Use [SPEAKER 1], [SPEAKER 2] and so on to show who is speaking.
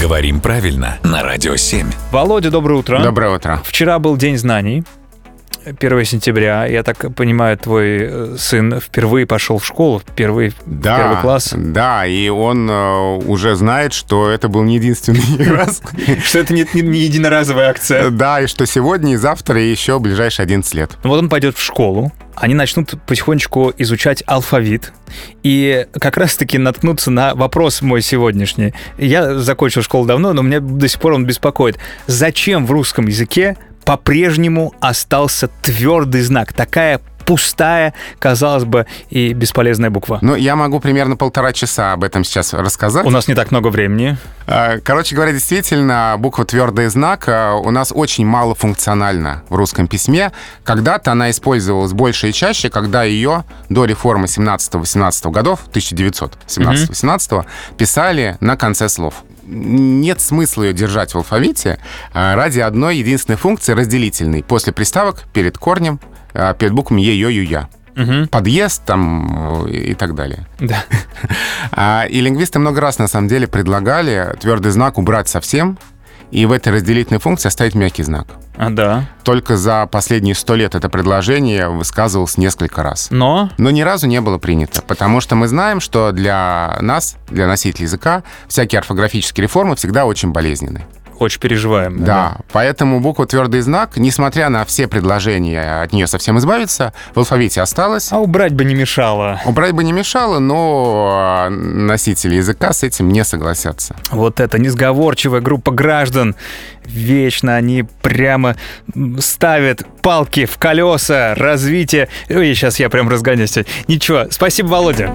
[SPEAKER 1] Говорим правильно на Радио 7.
[SPEAKER 2] Володя, доброе утро.
[SPEAKER 3] Доброе утро.
[SPEAKER 2] Вчера был День знаний, 1 сентября. Я так понимаю, твой э, сын впервые пошел в школу, впервые в
[SPEAKER 3] Да,
[SPEAKER 2] первый класс.
[SPEAKER 3] да, и он э, уже знает, что это был не единственный раз.
[SPEAKER 2] Что это не, единоразовая акция.
[SPEAKER 3] Да, и что сегодня и завтра, и еще ближайшие 11 лет.
[SPEAKER 2] Ну вот он пойдет в школу, они начнут потихонечку изучать алфавит и как раз-таки наткнутся на вопрос мой сегодняшний. Я закончил школу давно, но меня до сих пор он беспокоит. Зачем в русском языке по-прежнему остался твердый знак, такая пустая, казалось бы, и бесполезная буква?
[SPEAKER 3] Но Ну, я могу примерно полтора часа об этом сейчас рассказать.
[SPEAKER 2] У нас не так много времени.
[SPEAKER 3] Э, Короче говоря, действительно, буква твердый знак э, у нас очень малофункциональна в русском письме. Когда-то она использовалась больше и чаще, когда ее до реформы 17-18 годов, 1917-18, писали на конце слов. Нет смысла ее держать в алфавите э, ради одной единственной функции разделительной. После приставок перед корнем, э, перед буквами е, ё, ю, я. Подъезд там э, и так далее.
[SPEAKER 2] Да.
[SPEAKER 3] А, И лингвисты много раз, на самом деле, предлагали твердый знак убрать совсем и в этой разделительной функции оставить мягкий знак.
[SPEAKER 2] А, да.
[SPEAKER 3] Только за последние сто лет это предложение высказывалось несколько раз.
[SPEAKER 2] Но
[SPEAKER 3] Но ни разу не было принято, потому что мы знаем, что для нас, для носителей языка, всякие орфографические реформы всегда очень болезненны.
[SPEAKER 2] очень переживаем.
[SPEAKER 3] Да, поэтому буква твердый знак, несмотря на все предложения от нее совсем избавиться, в алфавите осталась.
[SPEAKER 2] А убрать бы не мешало.
[SPEAKER 3] Убрать бы не мешало, но э, носители языка с этим не согласятся.
[SPEAKER 2] Вот эта несговорчивая группа граждан. Вечно они прямо м, ставят палки в колеса развития. Ой, сейчас я прям разгоняюсь. Ничего, спасибо, Володя.